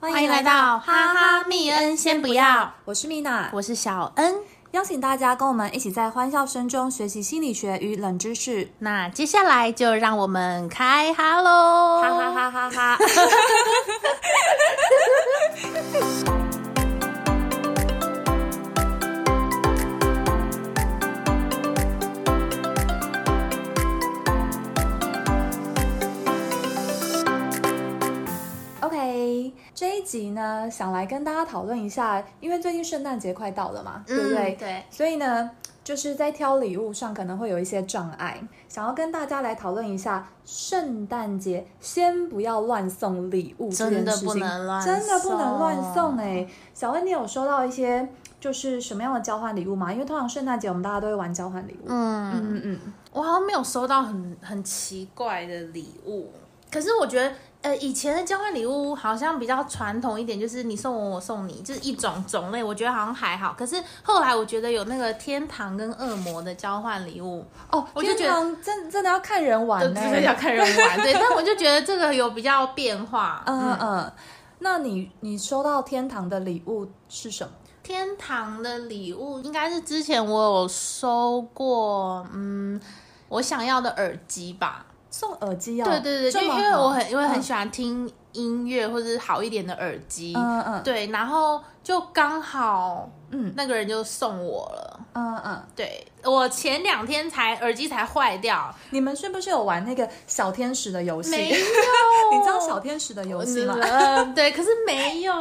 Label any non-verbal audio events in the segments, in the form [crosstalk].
来到哈哈密恩，先不要，我是米娜，我是小恩。邀请大家跟我们一起在欢笑声中学习心理学与冷知识，那接下来就让我们开哈喽！哈哈哈哈哈！OK，这一集呢，想来跟大家讨论一下，因为最近圣诞节快到了嘛，对不对？嗯对，所以呢，就是在挑礼物上可能会有一些障碍，想要跟大家来讨论一下，圣诞节先不要乱送礼物这真件的事情，不能乱真的不能乱送送哎、小恩，你有收到一些就是什么样的交换礼物吗？因为通常圣诞节我们大家都会玩交换礼物，嗯，嗯嗯我好像没有收到很很奇怪的礼物，可是我觉得。呃，以前的交换礼物好像比较传统一点，就是你送我，我送你，就是一种种类，我觉得好像还好。可是后来我觉得有那个天堂跟恶魔的交换礼物，哦，我就觉得天堂真真的要看人玩欸就呢、只是要看人玩， [laughs] 对。但我就觉得这个有比较变化，嗯嗯，那你你收到天堂的礼物是什么？天堂的礼物应该是之前我有收过，嗯，我想要的耳机吧。送耳机哦，对对对，就这因么为好我很因为很嗯喜欢听音乐或者是好一点的耳机，嗯嗯对，然后就刚好嗯那个人就送我了。嗯嗯，对我前两天才耳机才坏掉，你们是不是有玩那个小天使的游戏？没有 [laughs] 你， [laughs] 知道小天使的游戏吗？嗯对，可是没有，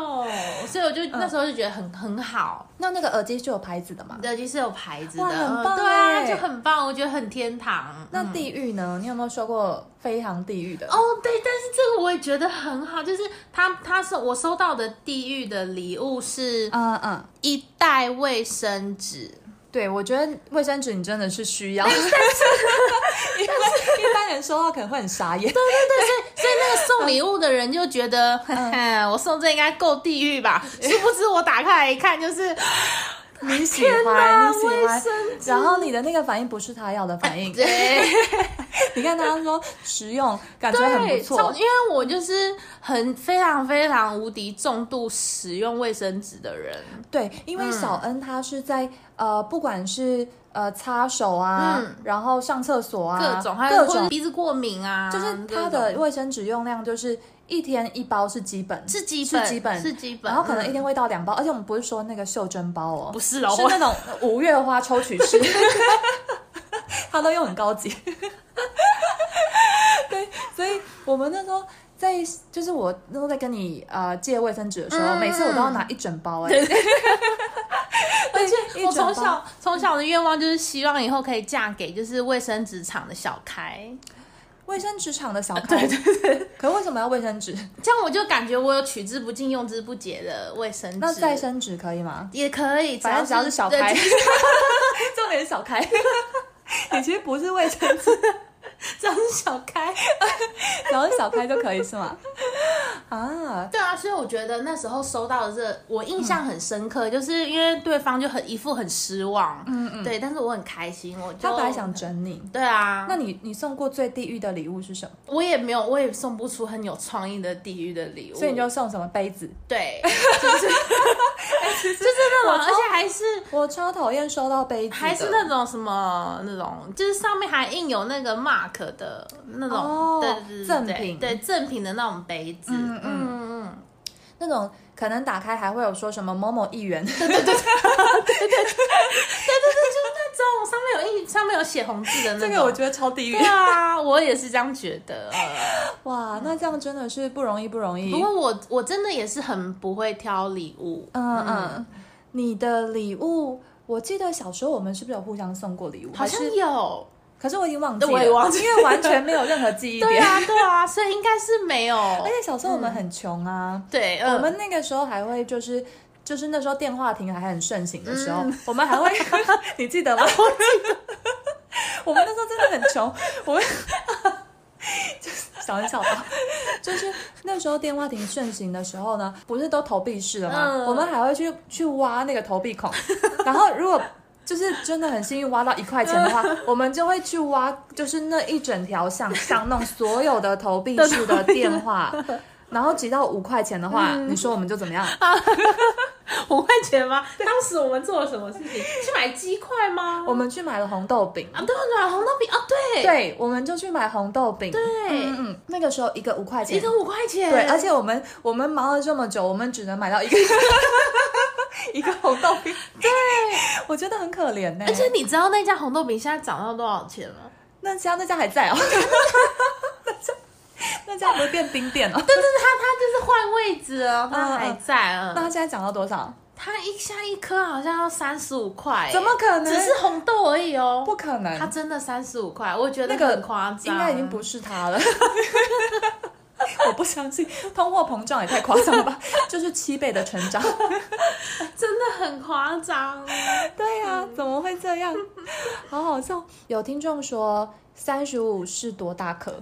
所以我就嗯那时候就觉得很很好。那那个耳机是有牌子的吗？耳机是有牌子的，嗯哇很嗯棒对啊，欸就很棒，我觉得很天堂。那地狱呢？你有没有收过飞航地狱的？哦，对，但是这个我也觉得很好，就是他他是我收到的地狱的礼物是嗯嗯，一袋卫生纸，对，我觉得卫生纸你真的是需 [laughs] 要，因为一般人收到可能会很傻眼。所以那个送礼物的人就觉得， [laughs] 嘿嗯嘿，我送这应该够地狱吧？殊不知我打开来一看，就是你喜天哪欢，你喜卫欢，然后你的那个反应不是他要的反应。 [laughs] 对你看他说实用，感觉很不对，错从。因为我就是很非常非常无敌重度使用卫生纸的人，对，因为嗯小恩她是在、呃，不管是呃擦手啊，嗯然后上厕所啊，各种还有各或者种，鼻子过敏啊，就是各她种的卫生纸用量就是一天一包是基本，是基是本基本是基本，然后可能一嗯天会到两包，而且我们不是说那个袖珍包哦，不是哦，是我那种五月花抽取 [laughs] 式，他都用很高级。对，所以我们那时候在，就是我那时候在跟你呃借卫生纸的时候，嗯每次我都要拿一整包哎、 [laughs] 对而且我从小从小的愿望就是希望以后可以嫁给就是卫生纸厂的小开，卫生纸厂的小卡，对对对。可为什么要卫生纸？这样我就感觉我有取之不尽、用之不竭的卫生纸。那再生纸可以吗？也可以，反正只要是 [laughs] 小开，对只重点是小开。 [laughs] 你其实不是卫生纸，只要是小开。然后小开就可以是吗？啊，对啊，所以我觉得那时候收到的这，我印象很深刻，就是因为对方就很一副很失望，嗯嗯，对，但是我很开心，我就他本来想整你。对啊，那你你送过最地狱的礼物是什么？我也没有，我也送不出很有创意的地狱的礼物，所以你就送什么杯子？ [laughs] 对，就是、 [laughs] 就是那种，而且还是我超讨厌收到杯子的，还是那种什么那种，就是上面还印有那个 mark 的那种，哦对对对赠品对赠品的那种杯子，嗯嗯嗯嗯，那种可能打开还会有说什么某某一元，这种上面有印，上面有写红字的那种，这个我觉得超地狱对。啊，我也是这样觉得。 [laughs] 呃哇，那这样真的是不容易，不容易。不过我我真的也是很不会挑礼物，嗯嗯，你的礼物，我记得小时候我们是不是有互相送过礼物？好像还是，有，可是我已经忘记了，我也忘记了因为完全没有任何记忆 [laughs] 对点。啊对啊，所以应该是没有。 [laughs] 而且小时候我们很穷啊，对，我嗯、 [laughs] 们那个时候还会就是。就是那时候电话亭还很盛行的时候，嗯我们还会， [laughs] 你记得吗？我记得， [laughs] 我们那时候真的很穷，我们就是小很小吧， [laughs] 就是那时候电话亭盛行的时候呢，不是都投币式了吗？嗯我们还会去去挖那个投币孔， [laughs] 然后如果就是真的很幸运挖到一块钱的话，嗯我们就会去 [laughs] 挖，就是那一整条巷巷弄所有的投币式的电话。然后挤到五块钱的话，嗯你说我们就怎么样？五块钱吗？当时我们做了什么事情？去买鸡块吗？我们去买了红豆饼。啊，对，买红豆饼啊，对对，我们就去买红豆饼。对，嗯嗯，那个时候一个五块钱，一个五块钱，对，而且我们我们忙了这么久，我们只能买到一个 [laughs] 一个红豆饼。对， [laughs] 我觉得很可怜呢、而且你知道那家红豆饼现在涨到多少钱吗？那家那家还在哦， [laughs] 那家那家不是变冰店哦？但是它它就是换位置哦，它嗯还在啊那。它现在涨到多少？它一下一颗好像要三十五块，怎么可能？只是红豆而已哦？不可能，它真的三十五块，我觉得那个很夸张，应该已经不是它了。 [laughs] 我不相信，通货膨胀也太夸张了 [laughs] 吧？就是七倍的成长。真的很夸张。 [laughs] 对呀、 [laughs] 怎么会这样？好好笑。有听众说，三十五是多大颗？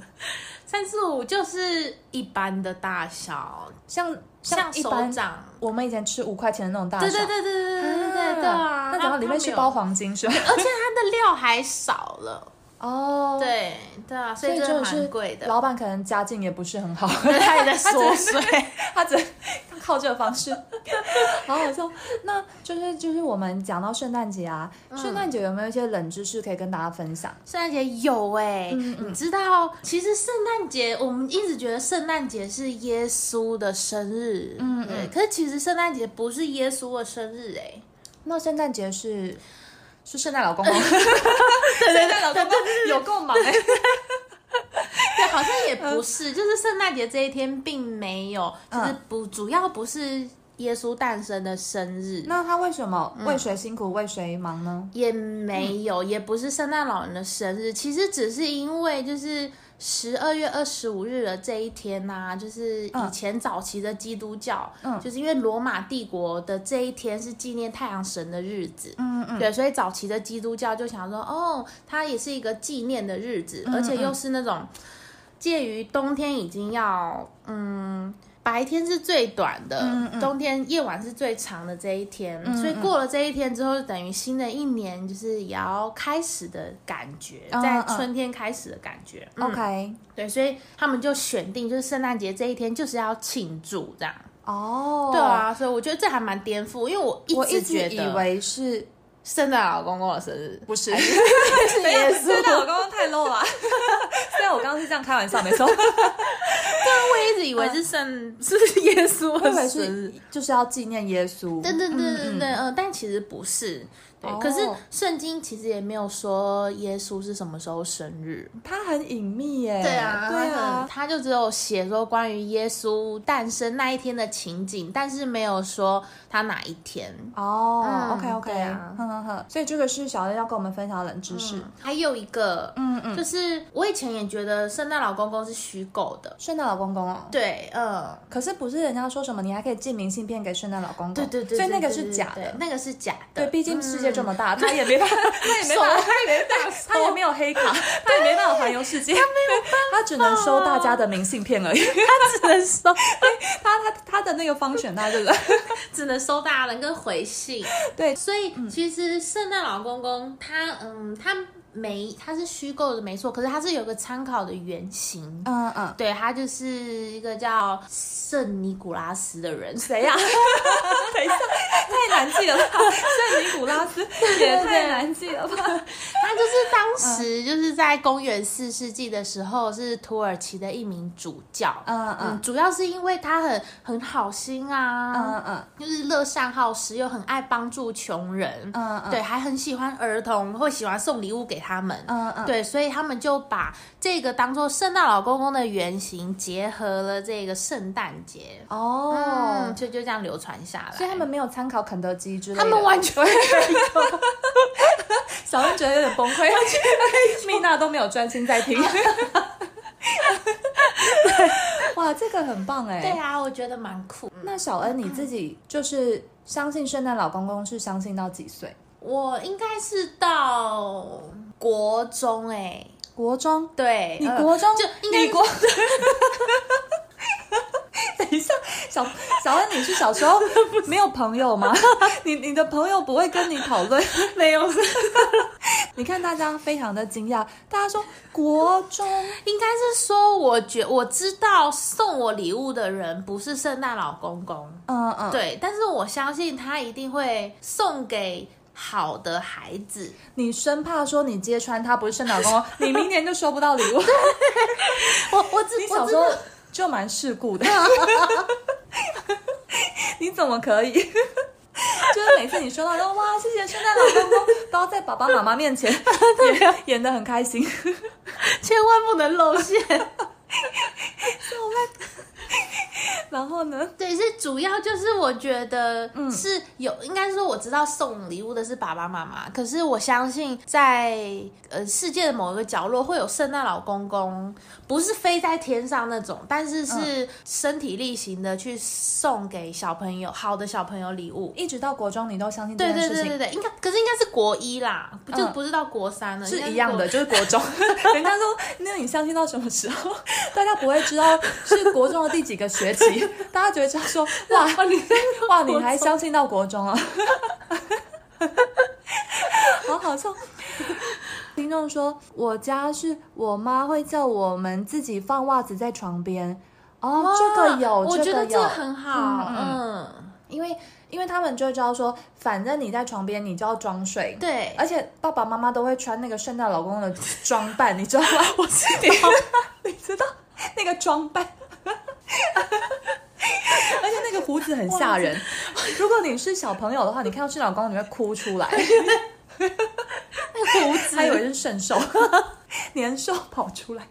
三十五就是一般的大小，像像一手般掌。我们以前吃五块钱的那种大小。对对对对对对对对对啊！那然后里面是包黄 [laughs] 金是吧？它没有，而且它的料还少了。哦，，对对啊，所所以以真的就是蛮贵的。老板可能家境也不是很 [laughs] 好，他 [laughs] 也在缩只能水。他只能 [laughs] 靠这个方式， [laughs] 好好笑。那就是就是我们讲到圣诞节啊，嗯圣诞节有没有一些冷知识可以跟大家分享？圣诞节有哎、嗯你知道，其实圣诞节我们一直觉得圣诞节是耶稣的生日，嗯对嗯可是其实圣诞节不是耶稣的生日哎、 [laughs] 那圣诞节是是圣诞 [laughs] 老公公， [laughs] 圣诞老公公有够忙哎、对，好像也不是，就是圣诞节这一天并没有，就是不、主要不是耶稣诞生的生日，那他为什么嗯为谁辛苦为谁忙呢？也没有，也不是圣诞老人的生日，其实只是因为就是十二月二十五日的这一天呐、就是以前早期的基督教，嗯就是因为罗马帝国的这一天是纪念太阳神的日子。嗯嗯，对，所以早期的基督教就想说，哦，它也是一个纪念的日子，嗯而且又是那种介于冬天已经要，嗯，白天是最短的，嗯嗯冬天夜晚是最长的这一天，嗯所以过了这一天之后，就等于新的一年就是也要开始的感觉，嗯在嗯嗯春天开始的感觉。嗯 OK，对，所以他们就选定就是圣诞节这一天就是要庆祝这样。哦，对，啊，所以我觉得这还蛮颠覆，因为我一我一直觉以得为是哎圣诞老公公的生日。不是 [laughs] 是等一下耶稣。圣诞老公公太 low 了吧？ [laughs] 虽然我刚刚是这样开玩笑，没错，我一直以为是 [laughs] 圣、是耶稣我的以为生日是，就是要纪念耶稣。对对对对嗯对，嗯、但其实不是。对，哦可是圣经其实也没有说耶稣是什么时候生日。嗯他很隐秘耶。对啊，对他啊，他就只有写说关于耶稣诞生那一天的情景，但是没有说他哪一天。嗯哦，OK 对 OK，啊嗯哼哼哼，所以这个是小恩要跟我们分享的冷知识。还有一个，嗯嗯，就是我以前也觉得圣诞老公公是虚构的。圣诞老公公哦。对，嗯，可是不是人家说什么你还可以寄明信片给圣诞老公公？对对对，所以那个对对是对假对的。那个嗯是假的。对，毕竟世界这么大，他也 [laughs] 没办法，他也没手办法，还 [laughs] 没打他也没有 [laughs] 黑卡，他也没办法环游世界，他没有办法，他只能收大家的明信片而已。只能收，他他他的那个方选，大家对不对？只能收大人跟回 [laughs] 信。对所以其实圣诞老公公他，嗯，他没他是虚构的没错，可是他是有个参考的原型。 [laughs] 嗯嗯，对，他就是一个叫圣尼古拉斯的人，谁 [laughs] 呀、等一下，太难记了吧？圣尼古拉斯也太难记了吧？他就是当时就是在公元四世纪的时候，是土耳其的一名主教。 [laughs] 嗯嗯，嗯主要是因为他很很好心啊，嗯嗯就是乐善好施，又很爱帮助穷人。嗯嗯，对，还很喜欢儿童，会喜欢送礼物给他们。嗯嗯，对，所以他们就把这个当做圣诞老公公的原型，结合了这个圣诞节，哦。嗯，所以就这样流传下来。所以他们没有参考肯德基之类的，他们完全小恩觉得有点崩 [laughs] 溃，蜜娜都没有专心在 [laughs] 听。哇，这个很棒哎！对啊，我觉得蛮酷。嗯那小恩你自己就是相信圣诞老公公是相信到几岁？我应该是到国中哎、国中？对，你呃国中就应该你国。 [laughs] 等一下，小小恩，你是小时候 [laughs] 没有朋友吗？你你的朋友不会跟你讨论没有？ [laughs] 你看大家非常的惊讶，大家说国中应该是说，我觉我知道送我礼物的人不是圣诞老公公，嗯嗯，对，但是我相信他一定会送给好的孩 [laughs] 子。你生怕说你揭穿他不是圣诞 [laughs] 老公公，你明年就收不到礼物。 [laughs] 我我知你我小知时道候就蛮世 [laughs] 故的，你怎么可以？ [laughs] 就是每次你说到说哇，谢谢圣诞老公公，都要在爸爸妈妈 [laughs] 面前啊演演的很开心。千万不能露馅。然后呢， [laughs] 对，是主要就是我觉得是有，应该说我知道送礼物的是爸爸妈妈，可是我相信在呃世界的某一个角落会有圣诞老公公，不是飞在天上那种，但是是身体力行的去送给小朋友好的小朋友礼物。一直到国中你都相信这对对件事对情对对，应该可是应该是国一啦，就嗯不是到国三了，是应该一样国的，就是国 [laughs] 中。人家说，那你相信到什么时候？大家不会知道是国中的第几个学期，大家只会知道说，哇，你哇，你还相信到国中啊？ [laughs] 好好笑。听众说，我家是我妈会叫我们自己放袜子在床边。哦，这个有，啊我觉得这这个个有，很好，嗯嗯，因为因为他们就知道说，反正你在床边，你就要装睡。对，而且爸爸妈妈都会穿那个圣诞老公的装扮， [laughs] 你知道吗？我知道，你知道那个装扮， [laughs] 而且那个胡子很吓人。如果你是小朋友的话，你看到圣诞老公你会哭出来，胡子还以为 [laughs] 是圣 [laughs] 兽，年兽跑出来。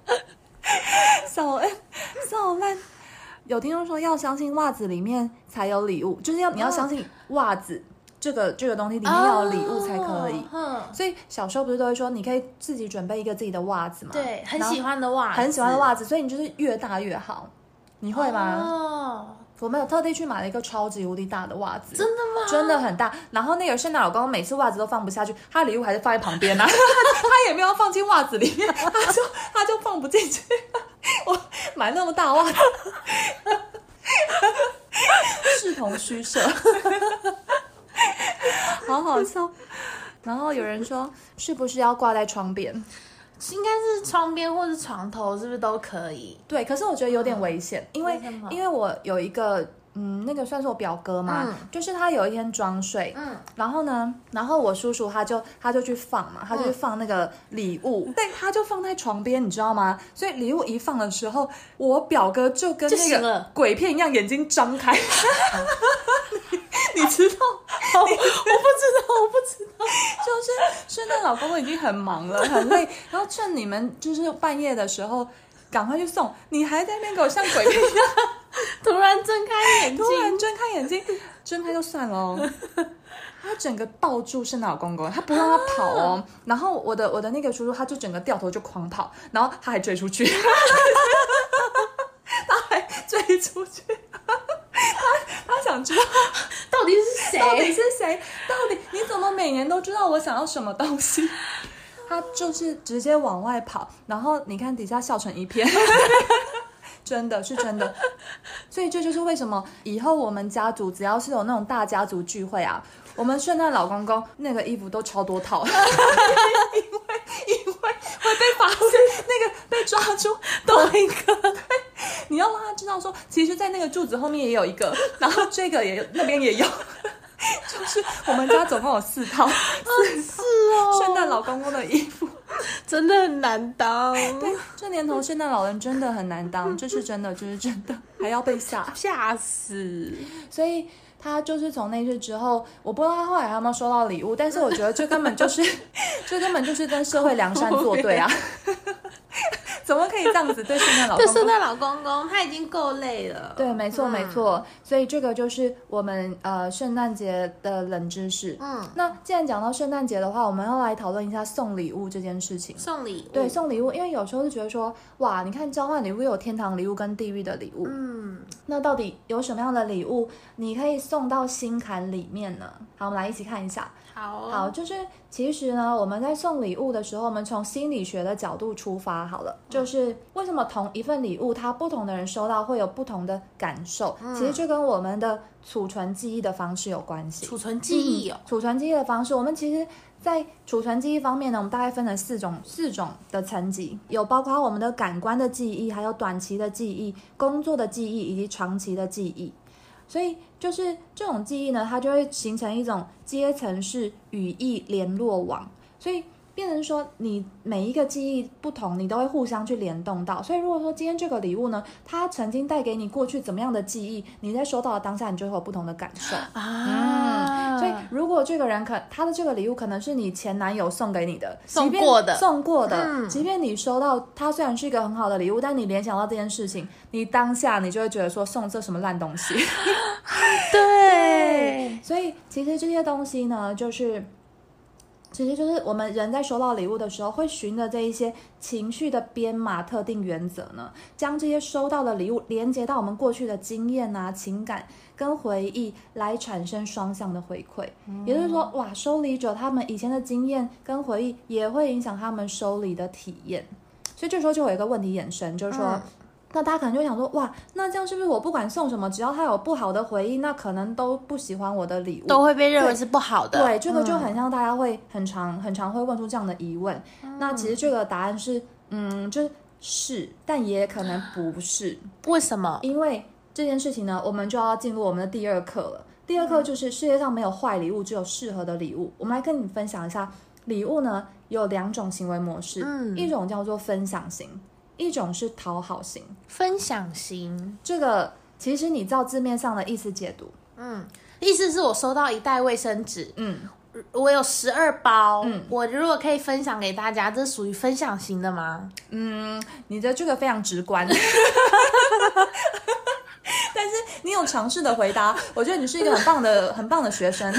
小恩，小烂。有听众说要相信袜子里面才有礼物，就是要你要相信袜子这个这个东西里面要有礼物才可以。嗯，所以小时候不是都会说，你可以自己准备一个自己的袜子嘛？对，很然后喜欢的袜，很喜欢的，袜子，所啊以你就是越大越好。你会吗？哦，我们有特地去买了一个超级无敌大的袜子，真的吗？真的很大。然后那个圣诞老公每次袜子都放不下去，他的礼物还是放在旁 [laughs] 边啊，他也没有放进袜子里面，他就他就放不进去。 [laughs] 我买那么大袜子，势同虚设， [laughs] 好好笑。然后有人说，是不是要挂在窗边？应该是窗边或是床头，是不是都可以？对，可是我觉得有嗯点危险，因为为什么因为我有一个嗯，那个算是我表哥嘛，嗯就是他有一天装睡，嗯，然后呢，然后我叔叔他就他就去放嘛，他就嗯去放那个礼物，对，他就放在床边，你知道吗？所以礼物一放的时候，我表哥就跟就那醒个了鬼片一样，眼睛 [laughs] 张开。你你知道，就是圣诞老公公已经很忙了，很累，然后趁你们就是半夜的时候，赶快去送，你还在那边给我像鬼片一样，突然睁开眼睛 [laughs] 突，然啊睁开 [laughs] 眼睛，睁开就算了哦。他整个抱住圣诞老公公，他不让他跑哦。然后我的我的那个叔叔，他就整个掉头就狂跑，然后他还追 [laughs] 出去，他还追出去，他他想知道到底是到底谁？是谁？到底你怎么每年都知道我想要什么东西？ [laughs] 他就是直接往外跑，然后你看底下笑成一 [laughs] 片，真的是真的。所以这就是为什么以后我们家族只要是有那种大家族聚会啊，我们圣诞老公公那个衣服都超多套， [laughs] 因为因为会被发现，那个被抓住多一个。对你要让他知道说，其实，在那个柱子后面也有一个，然后这个也有那边也有。就是我们家总共有四套是哦，圣诞老公公的衣服。 [laughs] 真的很难当，这年头圣诞老人真的很难 [laughs] 当，这是真的，这是真的，还要被吓。吓死！所以他就是从那次之后，我不知道他后来还有没有收到礼物，但是我觉得这根本 [laughs] 就是，这根本就是跟社会良善作对啊！ [laughs] 怎么可以这样子对圣诞老对公圣公？诞老公公，他已经够累了。对，没错，没错。所以这个就是我们呃圣诞节的冷知识。嗯，那既然讲到圣诞节的话，我们要来讨论一下送礼物这件事情。送礼物，对，送礼物，因为有时候就觉得说，哇，你看交换礼物有天堂礼物跟地狱的礼物，嗯，那到底有什么样的礼物你可以送到心坎里面呢？好，我们来一起看一下。好哦，嗯好，就是其实呢，我们在送礼物的时候，我们从心理学的角度出发好了，就就是为什么同一份礼物，它不同的人收到会有不同的感受，嗯其实就跟我们的储存记忆的方式有关系。储存记忆哦，储存记忆的方式，我们其实在储存记忆方面呢，我们大概分了四种四种的层级，有包括我们的感官的记忆，还有短期的记忆、工作的记忆以及长期的记忆。所以就是这种记忆呢，它就会形成一种阶层式语义联络网，所以变成说你每一个记忆不同，你都会互相去联动到。所以如果说今天这个礼物呢，它曾经带给你过去怎么样的记忆，你在收到的当下，你就会有不同的感受。嗯啊，所以，如果这个人可他的这个礼物可能是你前男友送给你的，送即便过的送过的，嗯即便你收到它虽然是一个很好的礼物，但你联想到这件事情，你当下你就会觉得说送这什么烂东西。对，所以其实这些东西呢，就是。其实就是我们人在收到礼物的时候，会循着这一些情绪的编码特定原则呢，将这些收到的礼物连接到我们过去的经验啊、情感跟回忆，来产生双向的回馈。也就是说，哇，收礼者他们以前的经验跟回忆也会影响他们收礼的体验。所以这时候就有一个问题衍生，就是说，嗯那大家可能就想说，哇，那这样是不是我不管送什么，只要他有不好的回忆，那可能都不喜欢我的礼物？都嗯会被认为是不好的，对，这个就很像大家会很常很常会问出这样的疑问。嗯那其实这个答案是，嗯，就是是，但也可能不是，为什么？因为这件事情呢，我们就要进入我们的第二课了。第二嗯课就是世界上没有坏礼物，只有适合的礼物。我们来跟你分享一下，礼物呢有两种行为模式，嗯一种叫做分享型，一种是讨好型。分享型，这个其实你照字面上的意思解读，嗯，意思是我收到一袋卫生纸，嗯，我有十二包，嗯我如果可以分享给大家，这属于分享型的 [laughs] 吗？嗯，你的这个非常直观。但是你有尝试的回答，我觉得你是一个很棒的、很棒的学生。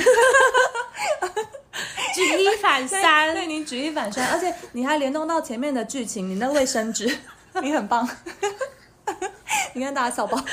举一反三，对你举一反三，而且你还联动到前面的剧情，你那卫生纸，你很棒。 [laughs] 你看大家笑爆。 [laughs]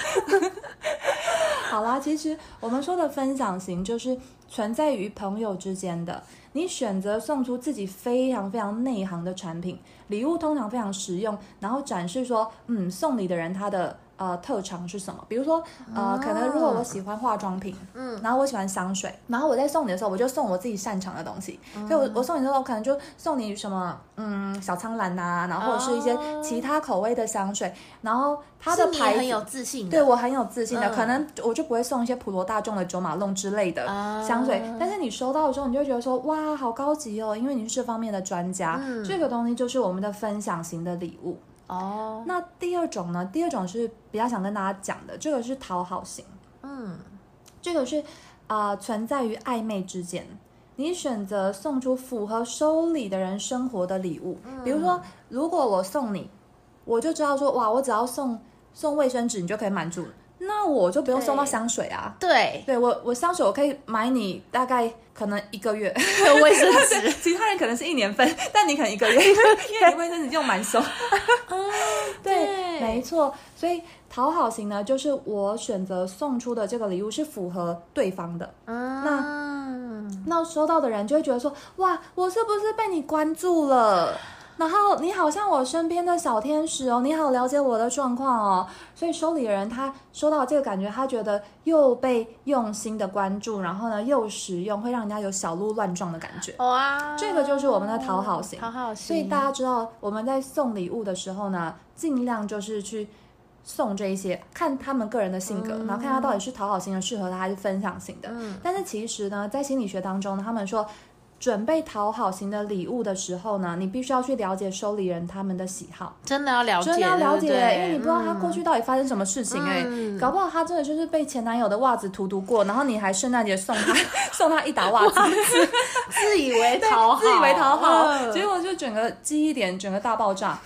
好啦，其实我们说的分享型就是存在于朋友之间的。你选择送出自己非常非常内行的产品，礼物通常非常实用，然后展示说，嗯，送礼的人他的呃特长是什么？比如说，呃，可能如果我喜欢化妆品，嗯，然后我喜欢香水，然后我在送你的时候，我就送我自己擅长的东西，所嗯以我我送你的时候，我可能就送你什么，嗯，小苍兰呐、然后或者是一些哦其他口味的香水，然后它的是你牌很子有自信的，对我很有自信的，嗯可能我就不会送一些普罗大众的九马弄之类的啊香水，但是你收到的时候，你就会觉得说哇，好高级哦，因为你是这方面的专家。嗯这个东西就是我们的分享型的礼物。哦，那第二种呢？第二种是比较想跟大家讲的，这个是讨好型，嗯，这个是啊、呃存在于暧昧之间。你选择送出符合收礼的人生活的礼物，嗯比如说，如果我送你，我就知道说，哇，我只要送送卫生纸，你就可以满足，那我就不用送到对香水啊。对，对我，我香水我可以买你大概可能一个月，还有卫生纸，其他人可能是一年份，但你可能一 [laughs] 个月，因为你卫生纸用蛮熟。对 [laughs] 对，没错。所以讨好型呢，就是我选择送出的这个礼物是符合对方的，嗯，那收到的人就会觉得说，哇，我是不是被你关注了？然后你好像我身边的小天使哦，你好了解我的状况哦，所以收礼的人他收到这个感觉，他觉得又被用心的关注，然后呢又实用，会让人家有小鹿乱撞的感觉。哇，这个就是我们的讨好型讨好型，所以大家知道我们在送礼物的时候呢，尽量就是去送这一些，看他们个人的性格，然后看他到底是讨好型的适合他，还是分享型的。嗯但是其实呢，在心理学当中呢，他们说。准备讨好型的礼物的时候呢，你必须要去了解收礼人他们的喜好，真的要了解，真的要了解，对对因为你不知道他过去到底发生什么事情哎、嗯搞不好他真的就是被前男友的袜子荼毒过，然后你还圣诞节送 [laughs] 他送他一打袜子，自以为讨好，自以为讨 [laughs] 好，嗯结果就整个记忆点整个大爆炸。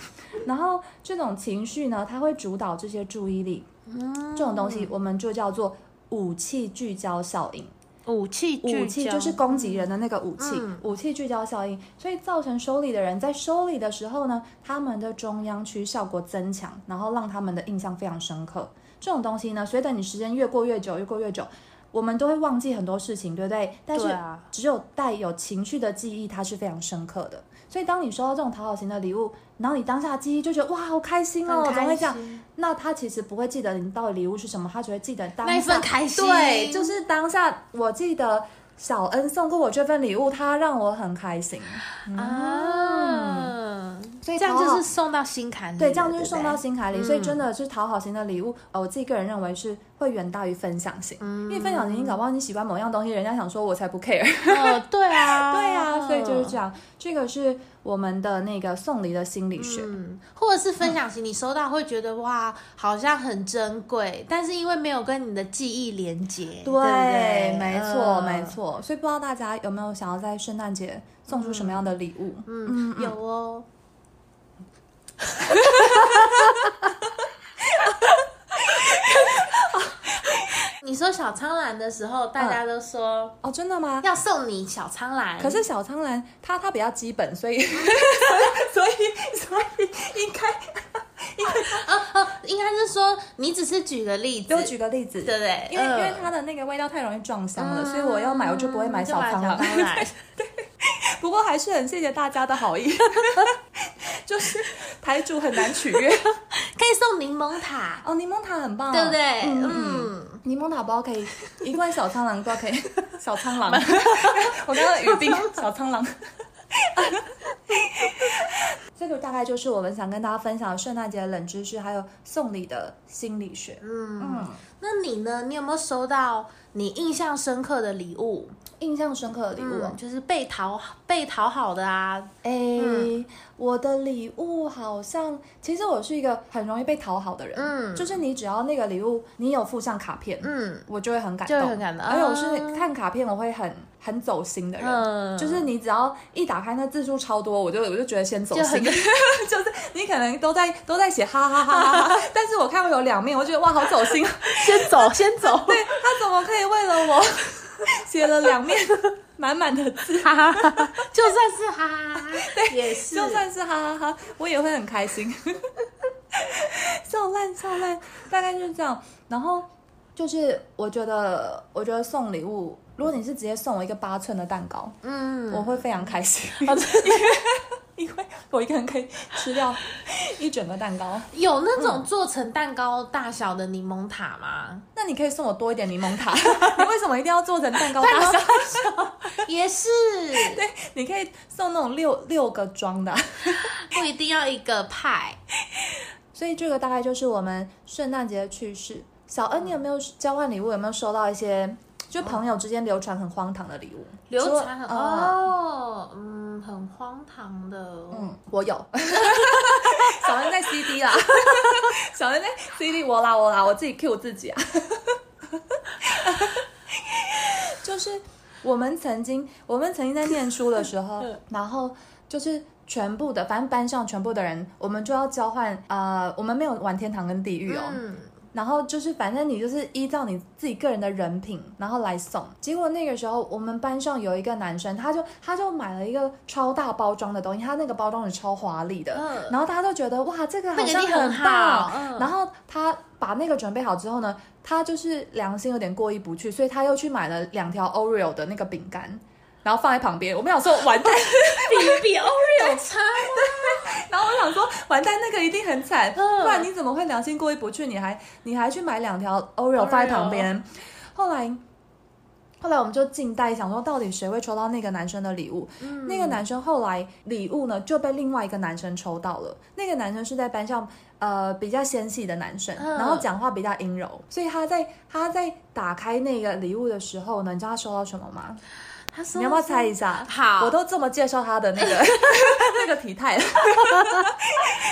然后这种情绪呢，它会主导这些注意力，嗯这种东西我们就叫做武器聚焦效应。武器聚焦武器就是攻击人的那个武器，嗯武器聚焦效应，所以造成收礼的人在收礼的时候呢，他们的中央区效果增强，然后让他们的印象非常深刻。这种东西呢，随着你时间越过越久，越过越久，我们都会忘记很多事情，对不对？但是对啊只有带有情绪的记忆，它是非常深刻的。所以当你收到这种讨好型的礼物，然后你当下记忆就觉得哇好开心哦，很怎么会这样开？心那他其实不会记得你到底礼物是什么，他只会记得当下那一份开心对，就是当下我记得小恩送过我这份礼物，他让我很开心。啊，嗯所以这样讨就好是送到心坎里了，对，这样就是不送到心坎里。嗯所以真的是讨好型的礼物，呃，我自己个人认为是会远大于分享型，嗯因为分享型你搞不好你喜欢某样东西，人家想说我才不 care。哦，对啊， [laughs] 对啊，所以就是这样。样，这个是我们的那个送礼的心理学。嗯，或者是分享型，你收到会觉得哇，好像很珍贵，但是因为没有跟你的记忆连接，对不对，没错，嗯没。错。所以不知道大家有没有想要在圣诞节送出什么样的礼物？嗯，有 [laughs] 哦。你说小苍兰的时候，大家都说哦，真的吗？要送你小苍兰，可是小苍兰它它比较基本，所以 [laughs] 所以所以应该哦哦，应该是说你只是举个例子，就举个例子，对不对？因为、因为嗯它的那个味道太容易撞香了，嗯所以我要买我就不会买就小苍兰。小 [laughs] 不过还是很谢谢大家的好意， [laughs] 就是牌主很难取悦。可以送柠檬塔，哦，柠檬塔很棒，对不对？嗯嗯，柠檬塔包可以，一罐小苍狼 [laughs] 包可以，小苍狼， [laughs] 我刚刚语病， [laughs] 小苍狼。这个大概就是我们想跟大家分享的圣诞节的冷知识，还有送礼的心理学。嗯，那你呢？你有没有收到你印象深刻的礼物？印象深刻的礼物哦嗯，，就是被讨被讨好的啊。哎、我的礼物好像，其实我是一个很容易被讨好的人，嗯就是你只要那个礼物你有附上卡片，嗯我就会很感就动，会很感动而且我是啊看卡片我会很很走心的人，嗯，就是你只要一打开那字数超多，我就我就觉得先走就心，很 [laughs] 就是你可能都在都在写哈哈哈哈 [laughs] 哈，但是我看到有两面，我觉得哇好走心，先走，先走， [laughs] 对 [laughs] 他怎么可以为了我 [laughs] 写了两面 [laughs] 满满的字，哈哈哈哈，就算是哈哈哈，也是，就算是哈哈哈，我也会很开心， [laughs] 笑烂笑烂，大概就是这样，然后。就是我觉得，我觉得送礼物，如果你是直接送我一个八寸的蛋糕，嗯，我会非常开心， [laughs] 因为我一个人可以吃掉一整个蛋糕。有那种做成蛋糕大小的柠檬塔吗？那你可以送我多一点柠檬塔， [laughs] 你为什么一定要做成蛋糕大 [laughs] 小？也是，你可以送那种六六个装的啊、不一定要一个派。所以这个大概就是我们圣诞节的趣事。小恩，你有没有交换礼物？有没有收到一些就朋友之间流传很荒唐的礼物？流传很除了嗯哦，嗯，很荒唐的哦，嗯，我有。 [laughs] 小恩在 CD 啦， [laughs] 小恩在 CD 我啦我啦，我自己 Q 自己啊。 [laughs] 就是我们曾经，我们曾经在念书的 [laughs] 时候，然后就是全部的，反正班上全部的人，我们就要交换。呃，我们没有玩天堂跟地狱哦。嗯，然后就是，反正你就是依照你自己个人的人品，然后来送。结果那个时候，我们班上有一个男生，他就他就买了一个超大包装的东西，他那个包装是超华丽的，嗯然后大家都觉得哇，这个那好个一像定很棒好。嗯然后他把那个准备好之后呢，他就是良心有点过意不去，所以他又去买了两条 Oreo 的那个饼干，然后放在旁边。我们想说完蛋，比比 Oreo 差然后我想说，完蛋，那个一定很惨，嗯不然你怎么会良心过意不去？你还你还去买两条 Oreo 放在旁边。后来，后来我们就静待，想说到底谁会抽到那个男生的礼物？嗯那个男生后来礼物呢就被另外一个男生抽到了。那个男生是在班上呃比较纤细的男生，嗯然后讲话比较阴柔，所以他在他在打开那个礼物的时候呢，你知道他收到什么吗？他说你要不要猜一下？好，我都这么介绍他的那个 [laughs] 那个体态了， [laughs]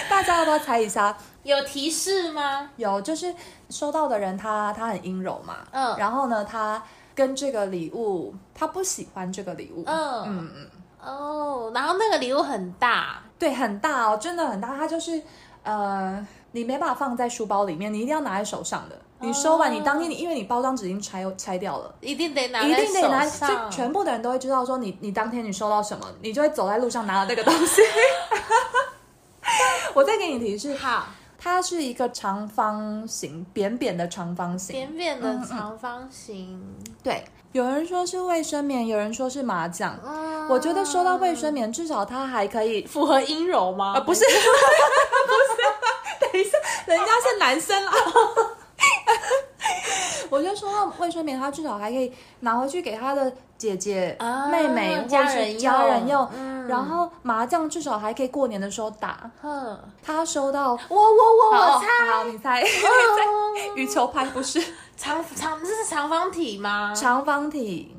大家要不要猜一下？有提示吗？有，就是收到的人他他很阴柔嘛，嗯然后呢，他跟这个礼物他不喜欢这个礼物，嗯嗯嗯，哦，然后那个礼物很大，对，很大哦，真的很大，它就是呃，你没办法放在书包里面，你一定要拿在手上的。你收哦完，你当天你因为你包装纸已经拆拆掉了，一定得拿在一定得拿，手就上全部的人都会知道说你你当天你收到什么， [laughs] 你就会走在路上拿了这个东西。我再给你提示，好，它是一个长方形，扁扁的长方形，扁扁的长方形。对，有人说是卫生棉，有人说是麻将。嗯我觉得说到卫生棉，至少它还可以，符合阴柔吗？啊，不是，不 [laughs] 是，等一下，人家是男生啦。 [laughs] 我就说到卫生棉，它至少还可以拿回去给他的姐姐、啊妹妹或家者是人家人用。嗯然后麻将至少还可以过年的时候打。哼，他收到，我我我好哦我好，猜，嗯你猜， [laughs] 羽球拍不是长长这是长方体吗？长方体。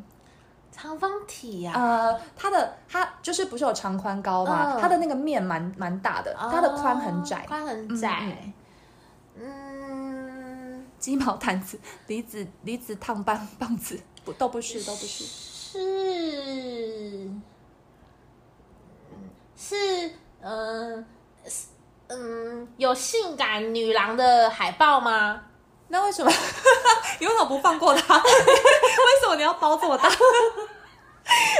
长方体啊呀、呃，它的它就是不是有长宽高嘛？嗯它的那个面蛮蛮大的，它的宽很窄哦，嗯宽很窄。嗯，鸡毛掸子、离子离子烫棒棒子不都不是都不是。是是嗯是嗯，有性感女郎的海报吗？那为什么 [laughs] 你为什么不放过它？ [laughs] 为什么你要包这么大？ [laughs]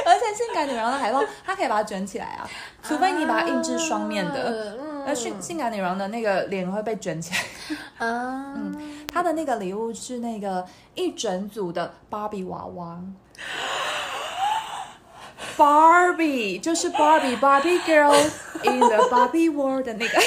而且性感女郎的海报，它可以把它卷起来啊，除非你把它印制双面的。啊，嗯，那性性感女郎的那个脸会被卷起来。 [laughs] 嗯啊，她的那个礼物是那个一整组的芭比娃娃。Barbie 就是 Barbie，Barbie Girl in the Barbie World 的那个，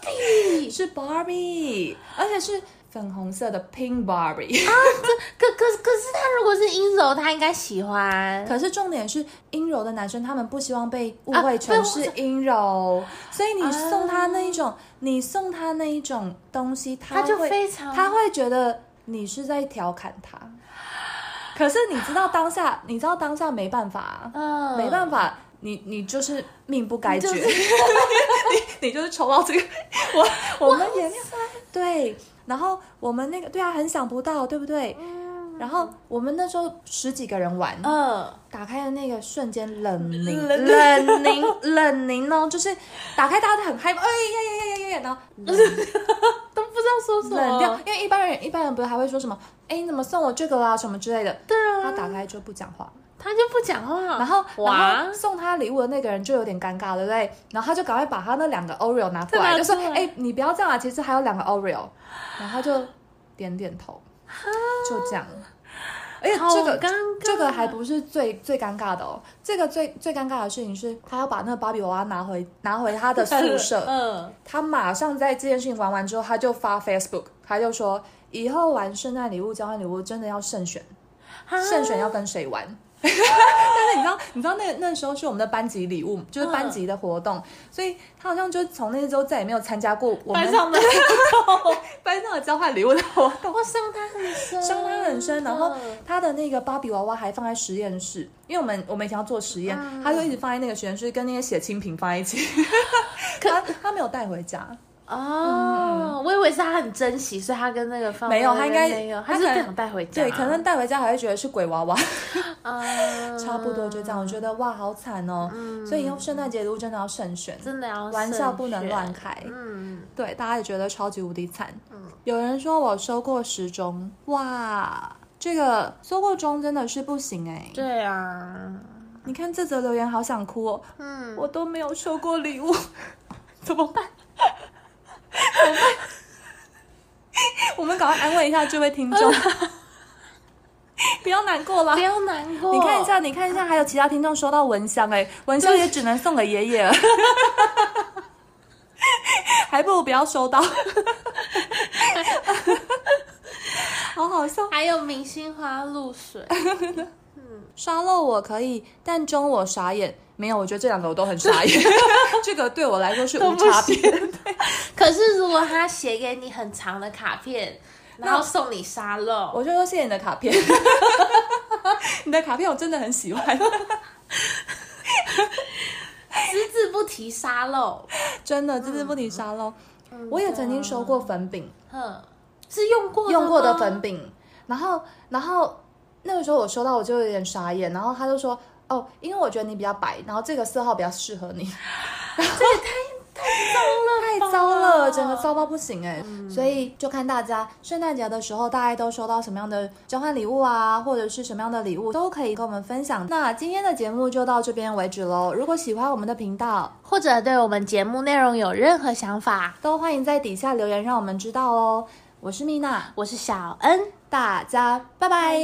比是 Barbie，而且是粉红色的 Pink Barbie。 [laughs] 可可可是他如果是阴柔，他应该喜欢。可是重点是，阴柔的男生他们不希望被误啊会成被啊是阴柔，所以你送他那一种，你送他那一种东西，他他就会非常他会觉得你是在调侃他。可是你知道当下，你知道当下没办法、啊，嗯没办法，你你就是命不该绝，你就 [laughs] 你你就是抽到 [laughs] 这个，我我们也没有对，然后我们那个对啊，很想不到，对不对？然后我们那时候十几个人玩，嗯，打开的那个瞬间冷凝，冷冷凝， [laughs] 冷凝哦，就是打开大家都很害怕，哎呀呀呀呀呀，然后都不知道说什么。冷掉，因为一般人一般人不是还会说什么，哎，你怎么送我这个啦、什么之类的，对啊，他打开就不讲话，他就不讲话。然后然嗯哇后，送他礼物的那个人就有点尴尬，对不对？然后他就赶快把他那两个 Oreo 拿过来，再拿就说，出来哎，你不要这样啊，其实还有两个 Oreo，然后他就点点头，就这样。而且好哎这个尴尬，这个还不是最最尴尬的哦，这个最最尴尬的事情是，他要把那个芭比娃娃拿回拿回他的宿 [laughs] 舍，嗯，他马上在这件事情玩完之后，他就发 Facebook，他就说以后玩圣诞礼物交换礼物真的要慎选，啊慎选要跟谁 [laughs] 玩。但是你知道，你知道那那时候是我们的班级礼物，就是班嗯级的活动，所以他好像就从那之后再也没有参加过我们班上的，班上的交换礼物的活 [laughs] 动。我伤他很深，伤他很深，然后嗯他的那个芭比娃娃还放在实验室，因为我们我们以前要做实验，嗯他就一直放在那个实验室，跟那些血清瓶放 [laughs] 在一起。他他没有带回家，哦，我以为是他很珍惜，所以他跟那个放嗯没有在他应那该边没有，他他是可不能想带回家。对，可能带回家还会觉得是鬼娃娃，嗯，差不多就这样。我觉得哇，好惨哦，所以以后圣诞节礼物真的要慎选，真的要玩笑不能慎选乱。开。嗯，对，大家也觉得超级无敌惨。有人说我收过时钟，哇，这个收过钟真的是不行哎、对啊，你看这则留言，好想哭哦。嗯，我都没有收过礼物， [laughs] 怎么办？ [laughs] 我们赶快安慰一下这位听 [laughs] 众，不要难过啦不。要难过。你看一，下，你看一下，还有其他听众收到蚊香哎、蚊香也只能送给爷爷了， [laughs] 还不如不要收到，好好笑。还有明星花露 [laughs] 水，沙漏我可以，但中我傻眼。没有，我觉得这两个我都很傻眼， [laughs] 这个对我来说是无差别。可是如果他写给你很长的卡片，然后送你沙漏，我就说谢谢你的卡片，你的卡片我真的很喜欢， [laughs] 只字不提沙漏，真的，这是不提沙漏。我也曾经收过粉饼，哼，是用过的用过的吗粉饼，然后然后那个时候我收到我就有点傻眼，然后他就说哦，因为我觉得你比较 [laughs] 白，然后这个色号比较适合你，这也太太糟了吧，太糟了，我整个糟到不行哎、所以就看大家圣诞节的时候大概都收到什么样的交换礼物啊，或者是什么样的礼物，都可以跟我们分享。那今天的节目就到这边为止喽。如果喜欢我们的频道，或者对我们节目内容有任何想法，都欢迎在底下留言让我们知道哦。我是蜜娜，我是小恩。大家拜拜